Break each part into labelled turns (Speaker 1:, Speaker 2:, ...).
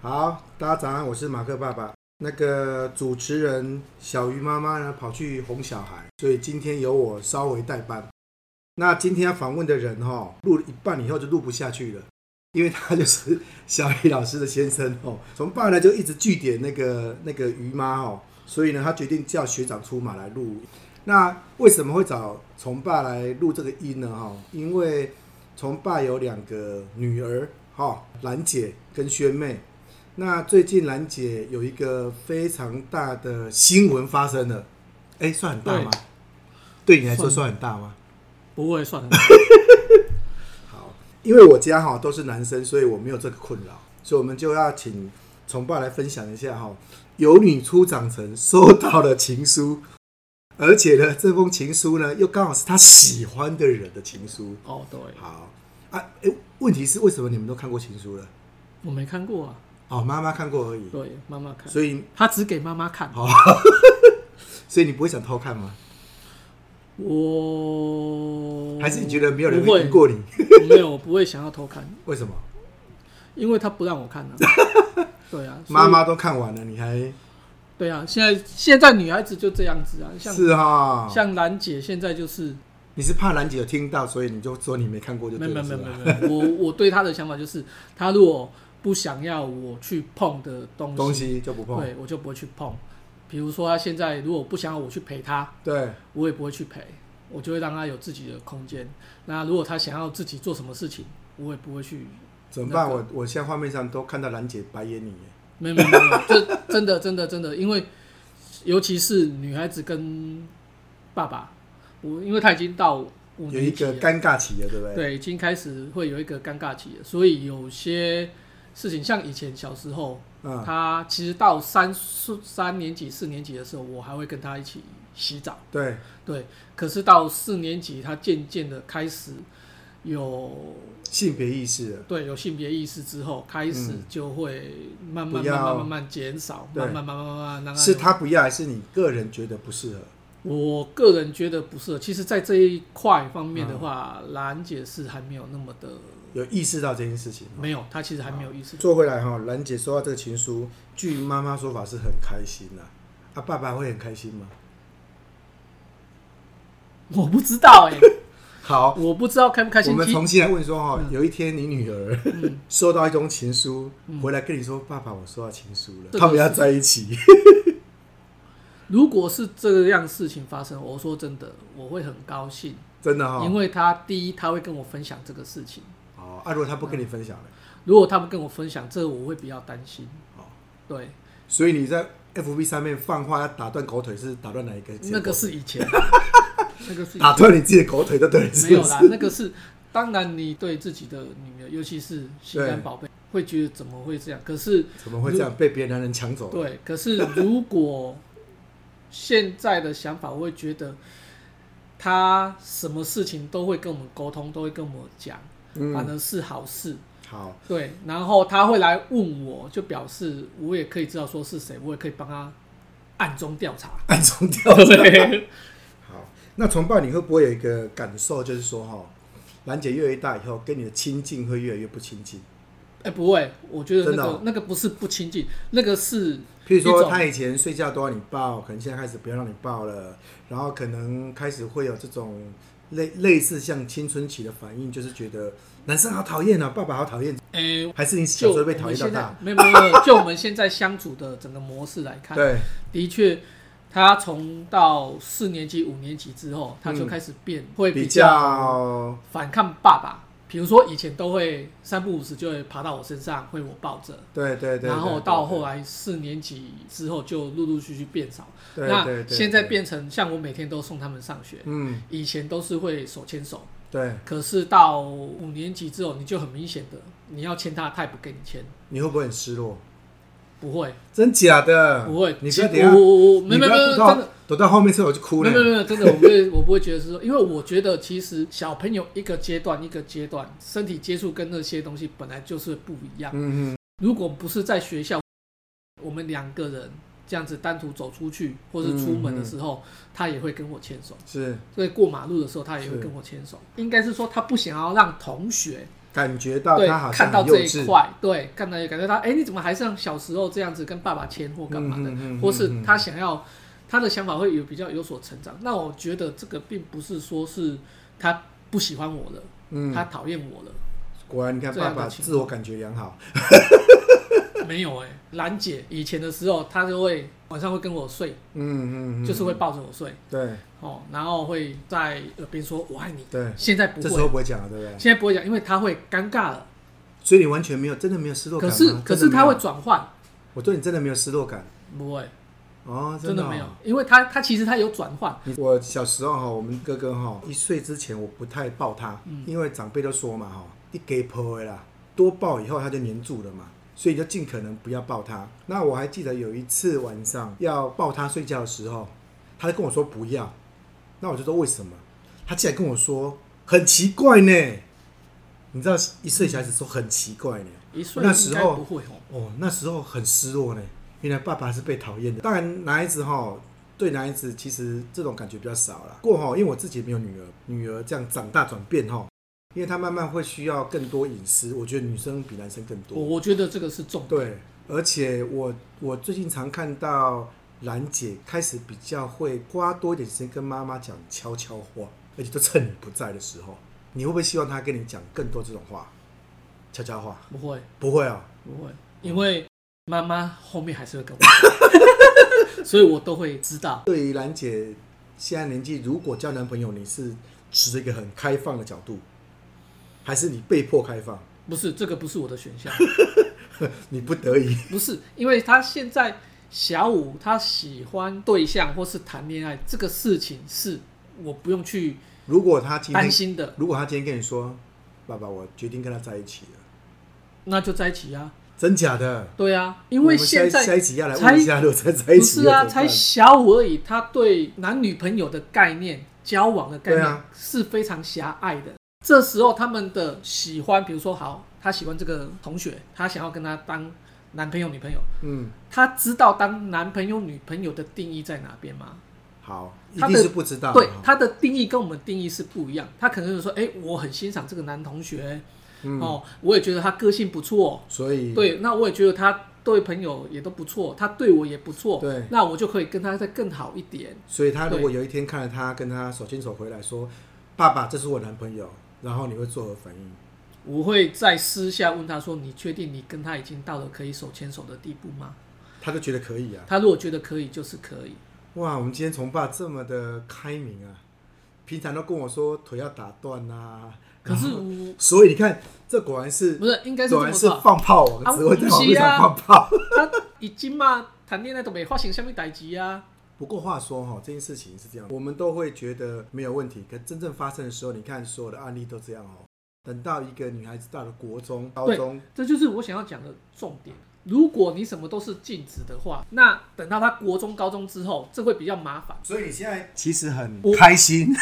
Speaker 1: 好，大家早安，我是马克爸爸。那个主持人小鱼妈妈呢，跑去哄小孩，所以今天由我稍微代班。那今天要访问的人哈、哦，录一半以后就录不下去了，因为他就是小鱼老师的先生哦。 从爸呢就一直据点那个那个鱼妈哦，所以呢，他决定叫学长出马来录。那为什么会找从爸来录这个音呢？哈，因为从爸有两个女儿，哈、兰姐跟萱妹。那最近兰姐有一个非常大的新闻发生了，哎、算很大吗？对你来说算很大吗？
Speaker 2: 不 会算，
Speaker 1: 好，因为我家哈都是男生，所以我没有这个困扰，所以我们就要请崇爸来分享一下哈，有女初长成收到了情书，而且呢，这封情书呢又刚好是他喜欢的人的情书。
Speaker 2: 哦，对，
Speaker 1: 好啊，哎，问题是为什么你们都看过情书了？
Speaker 2: 我没看过啊。
Speaker 1: 哦，妈妈看过而已，
Speaker 2: 对，妈妈看，
Speaker 1: 所以
Speaker 2: 他只给妈妈看。
Speaker 1: 所以你不会想偷看吗？
Speaker 2: 我
Speaker 1: 还是你觉得没有人
Speaker 2: 嗯不会
Speaker 1: 赢过你？
Speaker 2: 我没有，我不会想要偷看，
Speaker 1: 为什么？
Speaker 2: 因为他不让我看 啊。对啊，所以
Speaker 1: 妈妈都看完了，你还
Speaker 2: 对啊，现在现在女孩子就这样子啊，像
Speaker 1: 是哈？
Speaker 2: 像兰姐现在就是
Speaker 1: 你是怕兰姐有听到，所以你就说你没看过就
Speaker 2: 没
Speaker 1: 对
Speaker 2: 有没
Speaker 1: 了，
Speaker 2: 有没
Speaker 1: 是吧
Speaker 2: 有没有，没有我我对她的想法就是，她如果不想要我去碰的东西，
Speaker 1: 东西就不碰。
Speaker 2: 对我就不会去碰。比如说她现在如果不想要我去陪她，
Speaker 1: 对，
Speaker 2: 我也不会去陪，我就会让他有自己的空间。那如果他想要自己做什么事情，我也不会去。
Speaker 1: 怎么办？我我现在画面上都看到兰姐白眼你耶，
Speaker 2: 没有没有没 有，这真的真的真的，因为尤其是女孩子跟爸爸，我因为他已经到五
Speaker 1: 有
Speaker 2: 年
Speaker 1: 一
Speaker 2: 级
Speaker 1: 个
Speaker 2: 了，
Speaker 1: 尴尬期了，对不对？
Speaker 2: 啊对，已经开始会有一个尴尬期了，所以有些事情像以前小时候，
Speaker 1: 嗯，
Speaker 2: 他其实到三四三年级四年级的时候，我还会跟他一起洗澡。
Speaker 1: 对，
Speaker 2: 对，可是到四年级，他渐渐的开始有
Speaker 1: 性别意识了，
Speaker 2: 对有性别意识之后，开始
Speaker 1: 嗯
Speaker 2: 就会慢慢
Speaker 1: 不
Speaker 2: 慢
Speaker 1: 要
Speaker 2: 慢慢慢减少，
Speaker 1: 对
Speaker 2: 慢慢慢慢慢慢让
Speaker 1: 是。他不要，还是你个人觉得不适合？
Speaker 2: 我个人觉得不是，其实，在这一块方面的话，兰姐是还没有那么的，
Speaker 1: 有意识到这件事情吗？
Speaker 2: 没有，她其实还没有意识。
Speaker 1: 做回来哈，兰姐收到这个情书，据妈妈说法是很开心呐、啊。爸爸会很开心吗？
Speaker 2: 我不知道哎、
Speaker 1: 好，
Speaker 2: 我不知道开不开
Speaker 1: 我
Speaker 2: 心。
Speaker 1: 们
Speaker 2: 其
Speaker 1: 重新来问说哈，
Speaker 2: 嗯
Speaker 1: 有一天你女儿 收到一封情书，回来跟你说：“爸爸，我收到情书了。”
Speaker 2: 嗯这个
Speaker 1: 他们要在一起，
Speaker 2: 如果是这样事情发生，我说真的，我会很高兴，
Speaker 1: 真的哈
Speaker 2: 因。为她第一，她会跟我分享这个事情。
Speaker 1: 哦，啊，如果他不跟你分享了，
Speaker 2: 如果他们跟我分享，这我会比较担心。
Speaker 1: 哦
Speaker 2: 对，
Speaker 1: 所以你在 FB 上面放话要打断狗腿是打断哪一个？
Speaker 2: 那个是 以前，那个是以
Speaker 1: 打断你自己的狗腿就对了，
Speaker 2: 没
Speaker 1: 是
Speaker 2: 有
Speaker 1: 不是
Speaker 2: 啦，那个是当然，你对自己的女儿，尤其是心肝宝贝，会觉得怎么会这样？可是
Speaker 1: 怎么会这样被别的男人抢走？
Speaker 2: 对，可是如果现在的想法，我会觉得他什么事情都会跟我们沟通，都会跟我们讲，反
Speaker 1: 嗯，
Speaker 2: 而是好事。
Speaker 1: 好，
Speaker 2: 对，然后他会来问我，就表示我也可以知道说是谁，我也可以帮他暗中调查。
Speaker 1: 暗中调查。
Speaker 2: 对，
Speaker 1: 好，那崇拜你会不会有一个感受，就是说哈，兰姐越来越大以后，跟你的亲近会越来越不亲近？
Speaker 2: 哎、不会，我觉得那
Speaker 1: 真的
Speaker 2: 个、
Speaker 1: 哦
Speaker 2: 那个不是不亲近，那个是
Speaker 1: 譬如
Speaker 2: 一
Speaker 1: 说，
Speaker 2: 种
Speaker 1: 他以前睡觉都要你抱，可能现在开始不要让你抱了，然后可能开始会有这种类类似像青春期的反应，就是觉得男生好讨厌啊，爸爸好讨厌，
Speaker 2: 哎、
Speaker 1: 还是你小
Speaker 2: 就
Speaker 1: 时候
Speaker 2: 我
Speaker 1: 被讨
Speaker 2: 们
Speaker 1: 厌到
Speaker 2: 现在
Speaker 1: 大？
Speaker 2: 没有没有，没有就我们现在相处的整个模式来看，
Speaker 1: 对，
Speaker 2: 的确，他从到四年级、五年级之后，他就
Speaker 1: 嗯
Speaker 2: 开始变，会
Speaker 1: 比
Speaker 2: 较
Speaker 1: 较
Speaker 2: 反抗爸爸。比如说以前都会三不五时就会爬到我身上，会我抱着，
Speaker 1: 对对对，
Speaker 2: 然后
Speaker 1: 对
Speaker 2: 到后，来四年级之后就陆陆续续变少。
Speaker 1: 对对对
Speaker 2: 那
Speaker 1: 对
Speaker 2: 现在，变成像我每天都送他们上学，
Speaker 1: 嗯，
Speaker 2: 以前都是会手牵手，
Speaker 1: 对，
Speaker 2: 可是到五年级之后，你就很明显的，你要牵他，他也不给你牵，
Speaker 1: 你会不会很失落？
Speaker 2: 不会，
Speaker 1: 真假的？
Speaker 2: 不会。
Speaker 1: 啊你不
Speaker 2: 其
Speaker 1: 要
Speaker 2: 实
Speaker 1: 等一下
Speaker 2: 我，我我
Speaker 1: 你
Speaker 2: 没
Speaker 1: 不
Speaker 2: 没没
Speaker 1: 要
Speaker 2: 没
Speaker 1: 躲
Speaker 2: 真的
Speaker 1: 到躲到后面之后就哭
Speaker 2: 没
Speaker 1: 了
Speaker 2: 没。没真 的，我不会我不会觉得是说，因为我觉得其实小朋友一个阶段一个阶段，身体接触跟那些东西本来就是不一样。
Speaker 1: 嗯嗯，
Speaker 2: 如果不是在学校，我们两个人这样子单独走出去或是出门的时
Speaker 1: 嗯
Speaker 2: 候，他也会跟我牵手。
Speaker 1: 是
Speaker 2: 所以过马路的时候，他也会
Speaker 1: 是
Speaker 2: 跟我牵手。应该是说，他不想要让同学
Speaker 1: 感觉到
Speaker 2: 对
Speaker 1: 他好，像
Speaker 2: 看到
Speaker 1: 很
Speaker 2: 这
Speaker 1: 幼
Speaker 2: 一
Speaker 1: 稚，
Speaker 2: 块，对，看到也感觉到，哎、你怎么还像小时候这样子跟爸爸牵或干嘛的，
Speaker 1: 嗯嗯嗯嗯
Speaker 2: 或是他想要他的想法会有比较有所成长。那我觉得这个并不是说是他不喜欢我了，
Speaker 1: 嗯，
Speaker 2: 他讨厌我了，
Speaker 1: 果然你看
Speaker 2: 这
Speaker 1: 爸
Speaker 2: 样
Speaker 1: 爸
Speaker 2: 的情
Speaker 1: 自我感觉良好，
Speaker 2: 没有哎、兰姐以前的时候，她就会晚上会跟我睡，
Speaker 1: 嗯嗯，嗯
Speaker 2: 就是会抱着我睡
Speaker 1: 对
Speaker 2: 哦，然后会在耳边说“我爱你
Speaker 1: 对”，，
Speaker 2: 现在不
Speaker 1: 这时候
Speaker 2: 会，
Speaker 1: 不会讲了，对不对？
Speaker 2: 现在不会讲，因为他会尴尬了。
Speaker 1: 所以你完全没有，真的没有失落感
Speaker 2: 可
Speaker 1: 吗
Speaker 2: 是可是
Speaker 1: 真的没
Speaker 2: 他
Speaker 1: 有
Speaker 2: 会转换，
Speaker 1: 我对你真的没有失落感
Speaker 2: 不会，
Speaker 1: 哦，
Speaker 2: 真
Speaker 1: 的
Speaker 2: 的
Speaker 1: 哦
Speaker 2: 没有。，因为他他其实他有转换，
Speaker 1: 你我小时候哈，我们哥哥哈，一岁之前我不太抱他，因为长辈都说嘛哈，你给婆的啦，多抱以后他就黏住了嘛，所以就尽可能不要抱他。那我还记得有一次晚上要抱他睡觉的时候，他就跟我说不要，那我就说为什么？他竟然跟我说很奇怪呢，你知道一岁小孩子说很奇怪呢，
Speaker 2: 一瞬
Speaker 1: 那时
Speaker 2: 应该
Speaker 1: 候
Speaker 2: 不会哦。
Speaker 1: 哦，那时候很失落呢。原来爸爸是被讨厌的。当然，男孩子哈，对男孩子其实这种感觉比较少啦。不过哈，因为我自己也没有女儿，女儿这样长大转变哈，因为她慢慢会需要更多隐私。我觉得女生比男生更
Speaker 2: 我
Speaker 1: 多。
Speaker 2: 我觉得这个是重点，
Speaker 1: 对，而且我我最近常看到兰姐开始比较会花多一点时间跟妈妈讲悄悄话，而且都趁你不在的时候。你会不会希望她跟你讲更多这种话？悄悄话？
Speaker 2: 不会
Speaker 1: 不会哦。
Speaker 2: 不会，因为妈妈后面还是会跟我讲， 所以我都会知道。
Speaker 1: 对于兰姐现在年纪，如果交男朋友，你是持着一个很开放的角度，还是你被迫开放？
Speaker 2: 不是这个不是我的选项，
Speaker 1: 你不得已？
Speaker 2: 不是，因为他现在小五他喜欢对象或是谈恋爱这个事情是我不用去
Speaker 1: 如果他今
Speaker 2: 担
Speaker 1: 天，
Speaker 2: 心的，
Speaker 1: 如果他今天跟你说：“爸爸，我决定跟他在一起了。
Speaker 2: 那就在一起啊，”
Speaker 1: 真假的？
Speaker 2: 对啊，因为
Speaker 1: 我们下
Speaker 2: 现
Speaker 1: 一
Speaker 2: 在
Speaker 1: 下一集要来
Speaker 2: 才
Speaker 1: 问一下，如果再在一
Speaker 2: 不
Speaker 1: 起
Speaker 2: 是
Speaker 1: 了，
Speaker 2: 啊，
Speaker 1: 怎么办
Speaker 2: 才小五而已，他对男女朋友的概念、交往的概
Speaker 1: 对
Speaker 2: 念
Speaker 1: 啊
Speaker 2: 是非常狭隘的。这时候他们的喜欢，比如说好，他喜欢这个同学，他想要跟他当男朋友、女朋友，
Speaker 1: 嗯，
Speaker 2: 他知道当男朋友、女朋友的定义在哪边吗？
Speaker 1: 好，一
Speaker 2: 他的
Speaker 1: 定是不知道。
Speaker 2: 对
Speaker 1: 哦，
Speaker 2: 他的定义跟我们定义是不一样。他可能就说，哎、我很欣赏这个男同学，
Speaker 1: 嗯，
Speaker 2: 哦，我也觉得他个性不错，
Speaker 1: 所以
Speaker 2: 对，那我也觉得他对朋友也都不错，他对我也不错，
Speaker 1: 对
Speaker 2: 那我就可以跟他再更好一点。
Speaker 1: 所以他如果有一天看了他跟他手牵手回来说：“爸爸，这是我男朋友。”然后你会作何反应？
Speaker 2: 我会在私下问他说：“你确定你跟他已经到了可以手牵手的地步吗
Speaker 1: 他就觉得可以啊？”。
Speaker 2: 他如果觉得可以，就是可以。
Speaker 1: 哇，我们今天从爸这么的开明啊，平常都跟我说腿要打断啊，
Speaker 2: 可是我
Speaker 1: 所以你看，这果然是
Speaker 2: 不是应该是这
Speaker 1: 果
Speaker 2: 么
Speaker 1: 然是
Speaker 2: 说啊，
Speaker 1: 放炮王，
Speaker 2: 啊
Speaker 1: 只会在网
Speaker 2: 不
Speaker 1: 络
Speaker 2: 是啊
Speaker 1: 上放炮。
Speaker 2: 他已经嘛谈恋爱都没发生什么代志啊。
Speaker 1: 不过话说哈、这件事情是这样，我们都会觉得没有问题，可真正发生的时候，你看所有的案例都这样哦。等到一个女孩子到了国中、高中，
Speaker 2: 这就是我想要讲的重点。如果你什么都是禁止的话，那等到他国中、高中之后，这会比较麻烦。
Speaker 1: 所以你现在其实很
Speaker 2: 我
Speaker 1: 开心，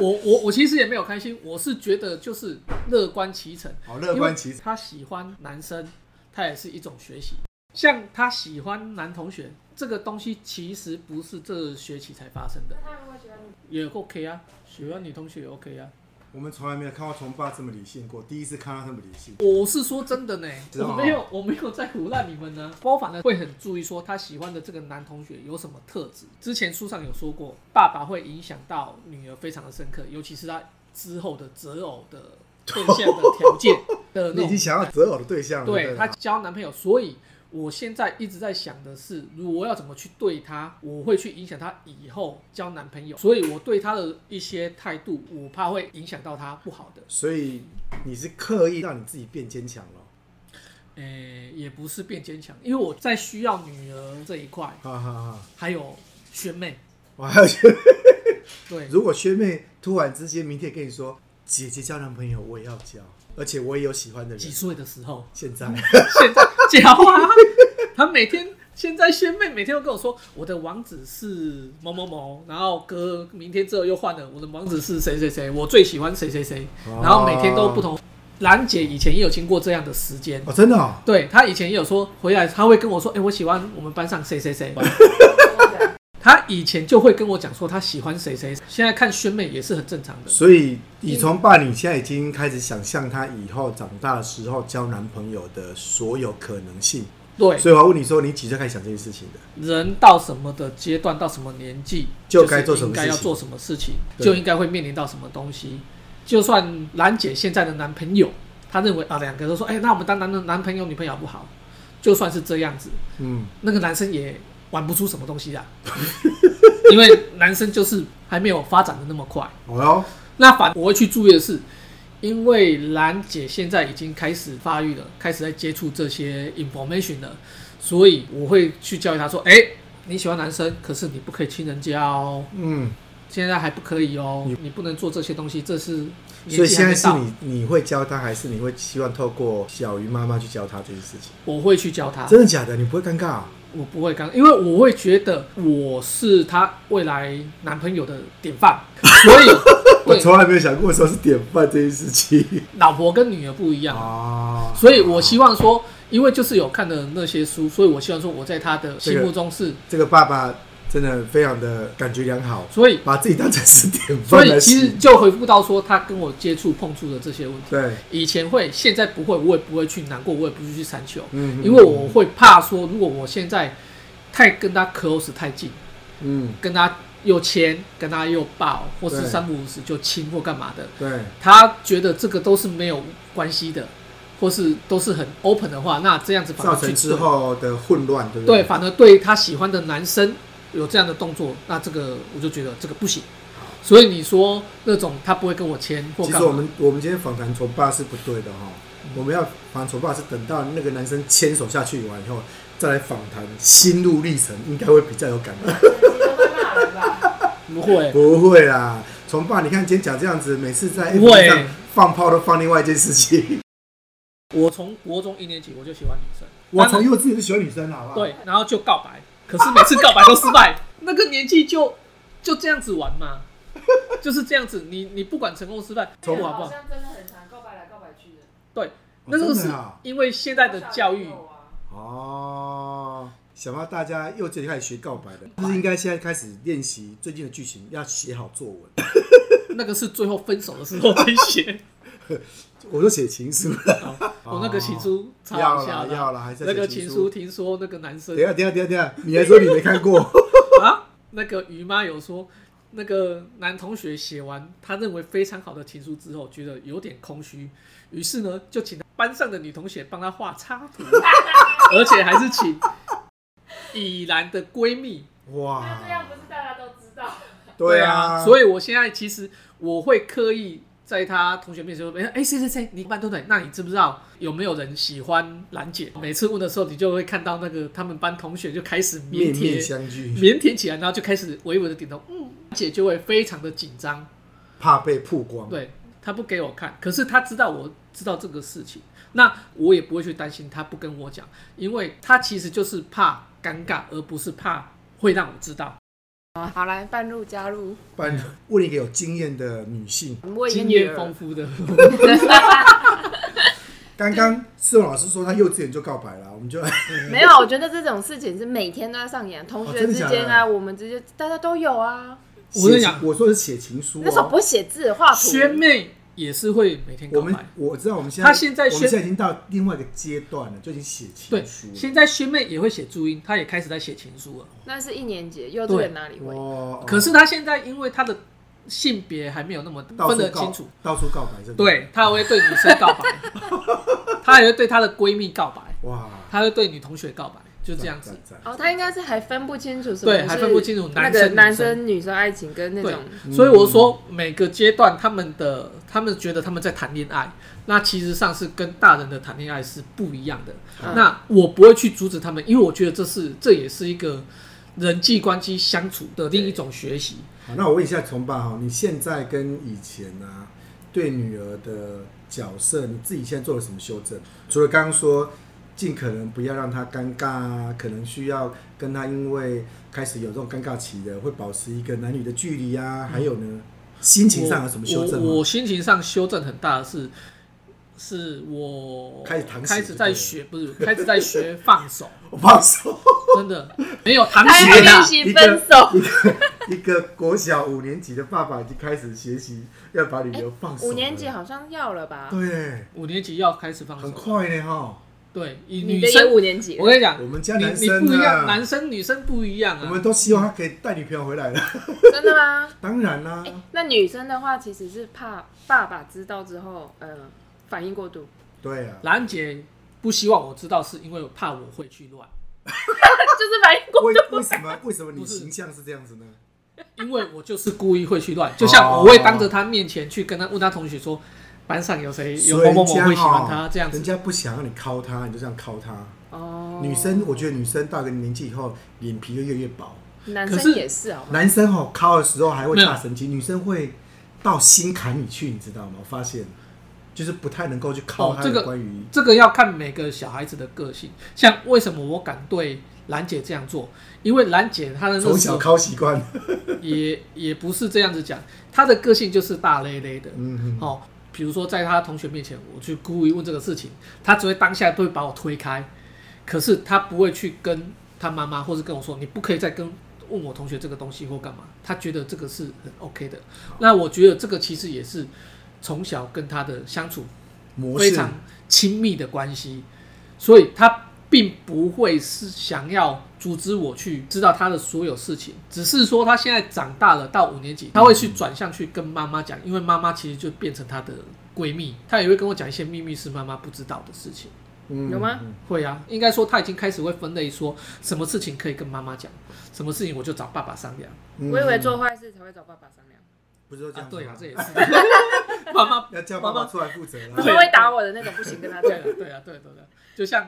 Speaker 2: 我我我其实也没有开心，我是觉得就是乐观其成。
Speaker 1: 好乐
Speaker 2: 因
Speaker 1: 观
Speaker 2: 为
Speaker 1: 其成。
Speaker 2: 他喜欢男生，他也是一种学习。像他喜欢男同学这个东西，其实不是这学期才发生的，
Speaker 3: 他如果喜欢你，
Speaker 2: 也 OK 啊，喜欢女同学也 OK 啊。
Speaker 1: 我们从来没有看过从爸这么理性过，第一次看到他么理性。
Speaker 2: 我是说真的呢，
Speaker 1: 知道
Speaker 2: 我
Speaker 1: 吗
Speaker 2: 没有我没有在胡乱你们呢，我反而会很注意说他喜欢的这个男同学有什么特质。之前书上有说过，爸爸会影响到女儿非常的深刻，尤其是他之后的择偶的对象的条件 的
Speaker 1: 你
Speaker 2: 那
Speaker 1: 已经
Speaker 2: 种
Speaker 1: 想要择偶的对象了，
Speaker 2: 对
Speaker 1: 不
Speaker 2: 她交男朋友，所以我现在一直在想的是，如果要怎么去对她，我会去影响她以后交男朋友，所以我对她的一些态度，我怕会影响到她不好的。
Speaker 1: 所以你是刻意让你自己变坚强了，
Speaker 2: 诶、呃也不是变坚强，因为我在需要女儿这一块，
Speaker 1: 哈哈哈！
Speaker 2: 还有学妹，
Speaker 1: 我还有学妹，
Speaker 2: 对，
Speaker 1: 如果学妹突然之间明天跟你说，姐姐交男朋友，我也要交，而且我也有喜欢的
Speaker 2: 几
Speaker 1: 人，
Speaker 2: 岁的时候，
Speaker 1: 现在
Speaker 2: 现在讲啊，她每天。现在学妹每天都跟我说，我的网址是某某某，然后隔明天之后又换了，我的网址是谁谁谁，我最喜欢谁谁谁，然后每天都不同。兰姐以前也有经过这样的时间，
Speaker 1: 哦，真的哦，
Speaker 2: 对她以前也有说回来，她会跟我说：“哎、我喜欢我们班上谁谁谁。
Speaker 3: 我不喜欢
Speaker 2: 他以前就会跟我讲说他喜欢谁谁，谁现在看宣妹也是很正常的。
Speaker 1: 所以以从爸，你现在已经开始想象他以后长大的时候交男朋友的所有可能性。
Speaker 2: 对，
Speaker 1: 所以我要问你说，你几岁开始想这件事情的？
Speaker 2: 人到什么的阶段，到什么年纪，
Speaker 1: 就
Speaker 2: 该
Speaker 1: 该做什么
Speaker 2: 应该要
Speaker 1: 事情
Speaker 2: 做什么事情，
Speaker 1: 对
Speaker 2: 就应该会面临到什么东西。就算兰姐现在的男朋友，她认为啊，两个都说，哎、那我们当男的男朋友女朋友好不好？就算是这样子，
Speaker 1: 嗯，
Speaker 2: 那个男生也玩不出什么东西 啊，因为男生就是还没有发展的那么快。
Speaker 1: 好哦哟，
Speaker 2: 那反我会去注意的是，因为兰姐现在已经开始发育了，开始在接触这些 information 了，所以我会去教育她说：“哎、你喜欢男生，可是你不可以亲人家哦，
Speaker 1: 嗯，
Speaker 2: 现在还不可以哦
Speaker 1: 你，
Speaker 2: 你不能做这些东西，这
Speaker 1: 所
Speaker 2: 是年
Speaker 1: 以
Speaker 2: 纪
Speaker 1: 现在
Speaker 2: 还没
Speaker 1: 是
Speaker 2: 到。
Speaker 1: 你你会教他，还是你会希望透过小鱼妈妈去教他这件事情？”
Speaker 2: 我会去教她，
Speaker 1: 真的假的？你不会尴尬啊、
Speaker 2: 我不会刚，因为我会觉得我是她未来男朋友的典 范，所以
Speaker 1: 我
Speaker 2: 对
Speaker 1: 从来没有想过说是典范这件事情
Speaker 2: 老婆跟女儿不一样。
Speaker 1: 啊
Speaker 2: 所以我希望说，因为就是有看的那些书，所以我希望说我在他的心目中是，
Speaker 1: 这个爸爸真的非常的感觉良好，
Speaker 2: 所以
Speaker 1: 把自己当成是典
Speaker 2: 所
Speaker 1: 范
Speaker 2: 以
Speaker 1: 来
Speaker 2: 其实
Speaker 1: 使。
Speaker 2: 就回复到说他跟我接触碰触的这些问题，
Speaker 1: 对，
Speaker 2: 以前会，现在不会，我也不会去难过，我也不会去闪求，
Speaker 1: 嗯
Speaker 2: 因为我会怕说，如果我现在太跟他 close 太近，
Speaker 1: 嗯，
Speaker 2: 跟他又牵，跟他又抱，或是
Speaker 1: 对
Speaker 2: 三不五时就亲或干嘛的，
Speaker 1: 对，
Speaker 2: 他觉得这个都是没有关系的，或是都是很 open 的话，那这样子反而
Speaker 1: 造成
Speaker 2: 去
Speaker 1: 之
Speaker 2: 对
Speaker 1: 后的混乱，对不
Speaker 2: 对，
Speaker 1: 对？
Speaker 2: 反而对他喜欢的男生有这样的动作，那这个我就觉得这个不行。所以你说那种他不会跟我签或
Speaker 1: 其
Speaker 2: 干
Speaker 1: 实我
Speaker 2: 嘛，
Speaker 1: 们我们今天访谈丑爸是不对的哈、我们要访谈丑爸是等到那个男生牵手下去完以后，再来访谈心路历程，应该会比较有感觉。
Speaker 2: 不会，
Speaker 1: 不会啦，崇爸，你看今天讲这样子，每次在 F
Speaker 2: 不会
Speaker 1: 上放炮都放另外一件事情。
Speaker 2: 我从国中一年级我就喜欢女生，
Speaker 1: 我
Speaker 2: 当
Speaker 1: 从
Speaker 2: 然
Speaker 1: 幼稚园就喜欢女生，好不好？
Speaker 2: 对，然后就告白，可是每次告白都失 败，那个年纪就就这样子玩嘛，就是这样子，你你不管成功失败，
Speaker 1: 从
Speaker 2: 好不好？
Speaker 3: 像真的很常告白来告白去的。
Speaker 1: 哦，
Speaker 2: 那个
Speaker 1: 真
Speaker 2: 是
Speaker 1: 的啊
Speaker 2: 因为现在的教育，
Speaker 1: 哦，想到大家幼稚园开始学告白的，就是应该现在开始练习最近的剧情，要写好作文。
Speaker 2: 那个是最后分手的时候才写。
Speaker 1: 我都写情书了，
Speaker 2: 我那个情书超
Speaker 1: 哦要
Speaker 2: 好笑
Speaker 1: 啦
Speaker 2: 的，
Speaker 1: 要啦，还是要
Speaker 2: 那个
Speaker 1: 写
Speaker 2: 情书
Speaker 1: 书。
Speaker 2: 听说那个男生
Speaker 1: 等一下，等一下，等一下，等一下，你还说你没看 过？
Speaker 2: 啊，那个于妈有说，那个男同学写完他认为非常好的情书之后，觉得有点空虚，于是呢就请班上的女同学帮他画插图， 而且还是请以然的闺蜜。
Speaker 1: 哇
Speaker 3: 那这，样不是大家都知道？
Speaker 1: 对啊，
Speaker 2: 啊所
Speaker 1: 以
Speaker 2: 以我现在其实我会刻意。在他同学面前说：“哎、谁谁谁，你班对不对？那你知不知道有没有人喜欢兰姐？”每次问的时候，你就会看到那个他们班同学就开始腼
Speaker 1: 面
Speaker 2: 腆
Speaker 1: 面相觑，
Speaker 2: 腼腆起来，然后就开始微微的点头，嗯，姐就会非常的紧张，
Speaker 1: 怕被曝光。
Speaker 2: 对她不给我看，可是她知道我知道这个事情，那我也不会去担心她不跟我讲，因为她其实就是怕尴尬，而不是怕会让我知道。
Speaker 3: 好来，半路加入，
Speaker 1: 不然问一个有经验的女性。
Speaker 3: 我
Speaker 2: 经验丰富的，
Speaker 1: 刚刚施荣老师说他幼稚园就告白了，我们就
Speaker 3: 没有，我觉得这种事情是每天都在上演，同学之
Speaker 1: 哦真
Speaker 3: 间
Speaker 1: 的假
Speaker 3: 啊，
Speaker 1: 的
Speaker 3: 我们之间大家都有啊。
Speaker 2: 我跟你
Speaker 1: 写
Speaker 2: 讲
Speaker 1: 我说的是写情书、
Speaker 3: 那时候
Speaker 1: 哦。
Speaker 3: 不会写字，画图。
Speaker 2: 学妹也是会每天
Speaker 1: 我
Speaker 2: 告
Speaker 1: 们
Speaker 2: 白。
Speaker 1: 我知道我们现在
Speaker 2: 他现在
Speaker 1: 我们
Speaker 2: 宣
Speaker 1: 现在已经到另外一个阶段了，就已经写情
Speaker 2: 对，
Speaker 1: 书
Speaker 2: 现在学妹也会写注音，她也开始在写情书了。
Speaker 3: 那是一年级，幼稚园哪里会？
Speaker 1: 哦
Speaker 2: 可是她现在因为她的性别还没有那么
Speaker 1: 到
Speaker 2: 分
Speaker 1: 处
Speaker 2: 得
Speaker 1: 告
Speaker 2: 清楚，，
Speaker 1: 到处告白是不是？
Speaker 2: 对，她还会对女生告白，她也会对她的闺蜜告白。
Speaker 1: 哇，
Speaker 2: 他会对女同学告白，就这样子。
Speaker 1: 赞，赞赞
Speaker 3: 哦，他应该是还分不清楚什么
Speaker 2: 对
Speaker 3: 是
Speaker 2: 还分不清楚
Speaker 3: 那
Speaker 2: 男
Speaker 3: 个
Speaker 2: 生
Speaker 3: 男
Speaker 2: 女生
Speaker 3: 生女生爱情跟那
Speaker 2: 对
Speaker 3: 种，
Speaker 1: 嗯
Speaker 2: 所以我说每个阶段他们的他们觉得他们在谈恋爱，那其实上是跟大人的谈恋爱是不一样的。
Speaker 3: 嗯
Speaker 2: 那我不会去阻止他们，因为我觉得这是这也是一个人际关系相处的另一种学习。
Speaker 1: 好，那我问一下崇爸哈，你现在跟以前啊，对女儿的角色，你自己现在做了什么修正？除了刚刚说尽可能不要让她尴尬啊，可能需要跟她因为开始有这种尴尬期的，会保持一个男女的距离啊，还有呢，心情上有什么修正
Speaker 2: 我我
Speaker 1: 吗？
Speaker 2: 我心情上修正很大的是，是我
Speaker 1: 开始弹琴
Speaker 2: 开始在学，不是开始在学放手。
Speaker 1: 我放手，
Speaker 2: 真的没有淌
Speaker 3: 他
Speaker 2: 血
Speaker 3: 要练
Speaker 2: 的。
Speaker 3: 习分
Speaker 2: 啊
Speaker 3: 手。
Speaker 1: 一个一个国小五年级的爸爸已经开始学习要把女儿放手了。
Speaker 3: 五年级好像要了吧？
Speaker 1: 对，
Speaker 2: 五年级要开始放
Speaker 1: 很
Speaker 2: 手，
Speaker 1: 快呢哈。
Speaker 2: 对，以
Speaker 3: 你
Speaker 2: 女
Speaker 3: 的也
Speaker 2: 生，
Speaker 3: 五年级
Speaker 2: 我，跟你讲，
Speaker 1: 我们家男
Speaker 2: 你你
Speaker 1: 生
Speaker 2: 不一样，
Speaker 1: 啊
Speaker 2: 男，生女生不一样
Speaker 1: 我
Speaker 2: 啊
Speaker 1: 们。都希望他可以带女朋友回来了。
Speaker 3: 真的吗？
Speaker 1: 当然啦
Speaker 2: 嗯
Speaker 3: 哎，那女生的话其实是怕爸爸知道之后，呃，反应过度。
Speaker 1: 对啊，
Speaker 2: 兰姐不希望我知道，是因为怕我会去乱，
Speaker 3: 就是反应过
Speaker 1: 为为什么为什么你
Speaker 2: 不是
Speaker 1: 形象是这样子呢？
Speaker 2: 因为我就是故意会去乱， 就像我会当着她面前去跟她问她同学说，班上有谁有
Speaker 1: 所以
Speaker 2: 某
Speaker 1: 人
Speaker 2: 某某
Speaker 1: 家
Speaker 2: 会喜欢她
Speaker 1: 哦
Speaker 2: 这样
Speaker 1: 人
Speaker 2: 子，
Speaker 1: 家不想让你靠他，你就这样靠他。
Speaker 3: 哦，
Speaker 1: 女生，我觉得女生到一个年纪以后，脸皮就越来越薄。
Speaker 3: 男
Speaker 2: 可是
Speaker 3: 生也是哦。
Speaker 1: 男生哦，靠的时候还会
Speaker 2: 没有
Speaker 1: 大神经，女生会到心坎里去，你知道吗？我发现就是不太能够去靠
Speaker 2: 哦
Speaker 1: 他
Speaker 2: 这个
Speaker 1: 的关于
Speaker 2: 这个要看每个小孩子的个性。像为什么我敢对兰姐这样做？因为兰姐她的那
Speaker 1: 从
Speaker 2: 时
Speaker 1: 小
Speaker 2: 候
Speaker 1: 靠习惯。
Speaker 2: 也也不是这样子讲，她的个性就是大咧咧的。
Speaker 1: 嗯，
Speaker 2: 哦，比如说在她同学面前，我去故意问这个事情，她只会当下都会把我推开，可是她不会去跟她妈妈或者跟我说，你不可以再跟。问我同学这个东西或干嘛，她觉得这个是很 OK 的。那我觉得这个其实也是从小跟她的相处
Speaker 1: 模
Speaker 2: 非
Speaker 1: 式
Speaker 2: 常亲密的关系，所以他并不会是想要阻止我去知道他的所有事情，只是说他现在长大了，到五年级，他会去转向去跟妈妈讲，因为妈妈其实就变成他的闺蜜，他也会跟我讲一些秘密是妈妈不知道的事情。
Speaker 1: 嗯
Speaker 3: 有吗？
Speaker 2: 会啊，应该说他已经开始会分类，说什么事情可以跟妈妈讲，什么事情我就找爸爸商量。
Speaker 1: 嗯
Speaker 3: 我以为做坏事才会找爸爸商量，
Speaker 1: 不是都这
Speaker 2: 啊
Speaker 1: 样，子
Speaker 2: 对啊
Speaker 1: 吗，
Speaker 2: 这也是 妈妈
Speaker 1: 要叫爸
Speaker 2: 妈
Speaker 1: 爸
Speaker 2: 妈
Speaker 1: 出来负责啊啦
Speaker 3: 他们会打我的那种，不行跟他
Speaker 2: 对
Speaker 3: 讲
Speaker 2: 啊。，对啊，对啊对啊，就像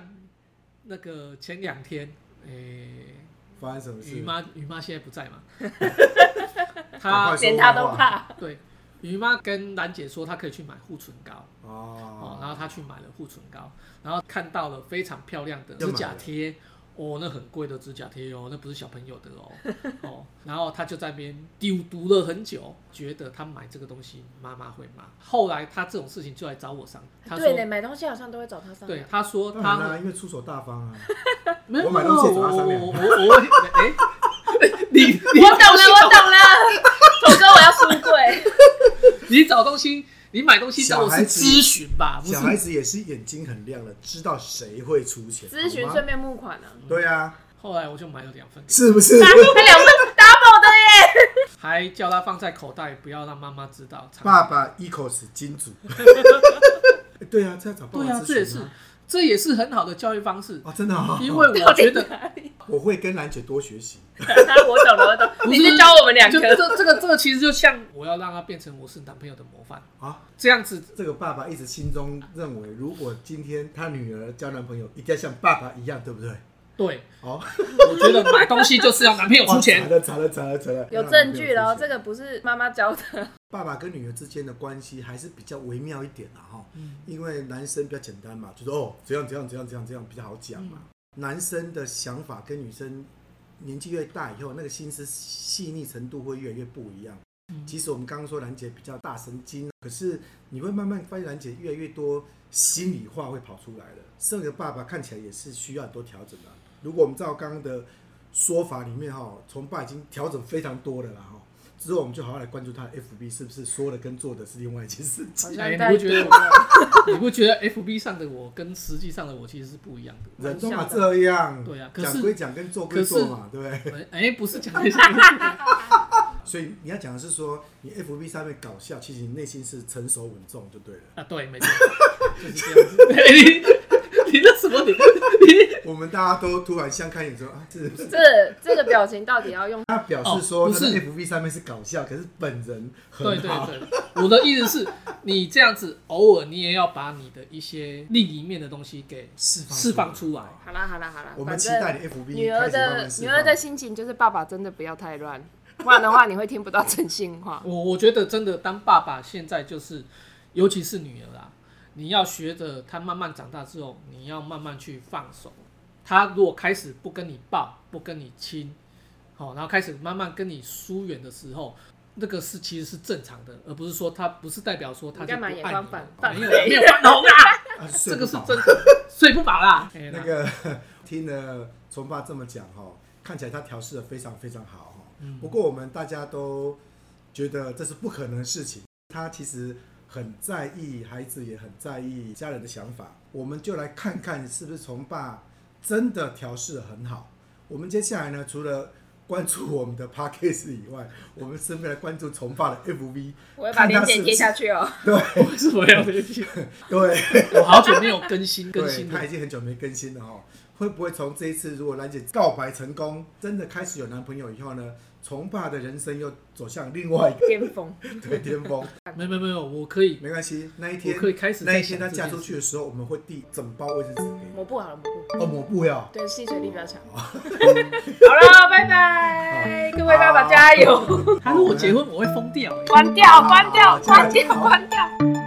Speaker 2: 那个前两天，诶、
Speaker 1: 发生什么
Speaker 2: 于
Speaker 1: 事？
Speaker 2: 妈于妈现在不在嘛，
Speaker 1: 赶快说
Speaker 2: 她
Speaker 3: 连他都怕，
Speaker 2: 对于妈跟兰姐说她可以去买护唇膏，哦，然
Speaker 1: 哦，
Speaker 2: 后她去买了护唇膏，然后看到了非常漂亮的
Speaker 1: 就
Speaker 2: 指
Speaker 1: 买
Speaker 2: 甲
Speaker 1: 了
Speaker 2: 贴。哦，那很贵的指甲贴哦，那不是小朋友的哦。哦，然后她就在那边丢读了很久，觉得她买这个东西妈妈会骂。后来她这种事情就来找我商量，她
Speaker 3: 对嘞，
Speaker 2: 说，
Speaker 3: 买东西好像都会找他商
Speaker 2: 对
Speaker 3: 量，。
Speaker 2: 她说
Speaker 1: 当
Speaker 2: 她
Speaker 1: 然
Speaker 2: 会
Speaker 1: 啦，因为出手大方啊。
Speaker 2: 没有，
Speaker 1: 我买东西也找他商量
Speaker 2: 我我我我哎，你你
Speaker 3: 我懂了，我 懂了。童哥，我要出柜。
Speaker 2: 你找东西，你买东西找
Speaker 1: 小
Speaker 2: 我
Speaker 1: 孩
Speaker 2: 是
Speaker 1: 子
Speaker 2: 咨询吧，不
Speaker 1: 小孩
Speaker 2: 是。
Speaker 1: 子也是眼睛很亮的，知道谁会出钱。
Speaker 3: 咨询
Speaker 1: 好吗
Speaker 3: 顺便募款啊，
Speaker 1: 对啊，
Speaker 2: 后来我就买了两份，
Speaker 1: 是不 是？
Speaker 3: 他两份 double 的耶。
Speaker 2: 还叫他放在口袋，不要让妈妈知道。
Speaker 1: 爸爸 Ecos 金 主。对啊，这要找爸爸
Speaker 2: 对啊，
Speaker 1: 咨询
Speaker 2: 这也是，这也是很好的教育方式，
Speaker 1: 哦，真的哦，
Speaker 2: 因为我觉得
Speaker 3: 到底
Speaker 1: 我会跟兰姐多学习。
Speaker 3: 哪里我懂了，我懂。
Speaker 2: 不
Speaker 3: 你
Speaker 2: 是
Speaker 3: 是教我们两
Speaker 2: 就
Speaker 3: 个，
Speaker 2: 这这个这个其实就像我要让他变成我是男朋友的模范，
Speaker 1: 啊，
Speaker 2: 这样子
Speaker 1: 这个爸爸一直心中认为，如果今天他女儿交男朋友，一定要像爸爸一样，对不对？
Speaker 2: 对，
Speaker 1: 哦，
Speaker 2: 我觉得买东西就是要男朋友出
Speaker 1: 哇
Speaker 2: 钱。
Speaker 1: 惨了，惨了，惨了，惨了！
Speaker 3: 有证据了哦，
Speaker 1: 让男朋友出
Speaker 3: 这
Speaker 1: 钱
Speaker 3: 个不是妈妈教的。
Speaker 1: 爸爸跟女儿之间的关系还是比较微妙一点啦，哈。
Speaker 2: 嗯
Speaker 1: 因为男生比较简单嘛，就说哦怎样怎样怎样怎样怎样比较好讲嘛。男生的想法跟女生年纪越大以后，那个心思细腻程度会越来越不一样。
Speaker 2: 嗯
Speaker 1: 即使我们刚刚说兰姐比较大神经，可是你会慢慢发现兰姐越来越多心里话会跑出来了。这个爸爸看起来也是需要很多调整的啊。如果我们照刚刚的说法里面哈，从爸已经调整非常多了啦哈。之后我们就好好来关注他的 FB 是不是说的跟做的是另外一件事情。
Speaker 2: 哎
Speaker 3: 好像
Speaker 2: 你
Speaker 3: 带
Speaker 2: 不觉得
Speaker 3: 多了
Speaker 2: 你不觉得 FB 上的我跟实际上的我其实是不一样 的？
Speaker 1: 人都嘛这样，
Speaker 2: 对啊可是
Speaker 1: 讲归讲，跟做归做嘛，对不 对？
Speaker 2: 哎、不是 啊讲那些，
Speaker 1: 所以你要讲的是说，你 FB 上面搞笑，其实你内心是成熟稳重就对了。
Speaker 2: 啊，对，没错， 就是这样子。你你那什么你你
Speaker 1: 我们大家都突然相看眼说啊，是
Speaker 3: 这这个表情到底要用？
Speaker 1: 他表示说
Speaker 2: 哦
Speaker 1: 他在
Speaker 2: 不
Speaker 1: FB
Speaker 2: 是
Speaker 1: 上面是搞笑，可是本人
Speaker 2: 对
Speaker 1: 很
Speaker 2: 对
Speaker 1: 好。
Speaker 2: 对，我的意思是，你这样子偶尔你也要把你的一些另一面的东西给
Speaker 1: 释放
Speaker 2: 释放出来。
Speaker 3: 好啦好啦好啦，
Speaker 1: 我们
Speaker 3: 反
Speaker 1: 期
Speaker 3: 正
Speaker 1: 待你 FB
Speaker 3: 女儿
Speaker 1: 开始慢
Speaker 3: 的
Speaker 1: 慢释
Speaker 3: 女
Speaker 1: 放
Speaker 3: 儿的心情就是爸爸真的不要太乱，不然的话你会听不到真心话。
Speaker 2: 我我觉得真的当爸爸现在就是，尤其是女儿啊，你要学着她慢慢长大之后，你要慢慢去放手。她如果开始不跟你抱，不跟你亲，好、然后开始慢慢跟你疏远的时候，那个是其实是正常的，而不是说她不是代表说她
Speaker 3: 你
Speaker 2: 就
Speaker 3: 干
Speaker 2: 不
Speaker 3: 嘛
Speaker 2: 爱你
Speaker 3: 眼光
Speaker 2: 了
Speaker 3: 反，
Speaker 2: 没
Speaker 3: 反
Speaker 2: 有没有翻红啊，
Speaker 1: 啊
Speaker 2: 这个是
Speaker 1: 睡不着
Speaker 2: 真的，睡不饱啦。哎
Speaker 1: 那个 听了崇爸这么讲哦，看起来他调试的非常非常好哦。不过我们大家都觉得这是不可能的事情，他其实很在意孩子，也很在意家人的想法。我们就来看看是不是崇爸真的调试的很好。我们接下来呢，除了关注我们的 podcast 以外，我们顺便来关注崇爸的 FV。
Speaker 3: 我要把
Speaker 1: 看
Speaker 3: 链
Speaker 1: 他是
Speaker 3: 接
Speaker 1: 不
Speaker 3: 贴
Speaker 1: 是
Speaker 3: 下去哦。
Speaker 1: 对
Speaker 2: 为什么要更新？
Speaker 1: 对，
Speaker 2: 我好久没有更新更
Speaker 1: 对，
Speaker 2: 新了
Speaker 1: 他已。经很久没更新了哦。会不会从这一次，如果兰姐告白成功，真的开始有男朋友以后呢，崇爸的人生又走向另外一个
Speaker 3: 巅峰，
Speaker 1: 对巅峰？
Speaker 2: 没有没有没有，我可以，
Speaker 1: 没关系，那一
Speaker 2: 我
Speaker 1: 天
Speaker 2: 可以开始
Speaker 1: 那
Speaker 2: 在
Speaker 1: 一天
Speaker 2: 想
Speaker 1: 她
Speaker 2: 这件
Speaker 1: 嫁
Speaker 2: 事
Speaker 1: 出去的时候，我们会递整包卫生纸给你。
Speaker 3: 抹布好了，抹布，
Speaker 1: 哦，抹布哦要。
Speaker 3: 对，吸水力比较强。 好了，拜拜，各位爸爸加油！
Speaker 2: 他如果结婚，我会疯掉、欸。
Speaker 3: 关掉，关掉，
Speaker 1: 好
Speaker 3: 关掉，关掉。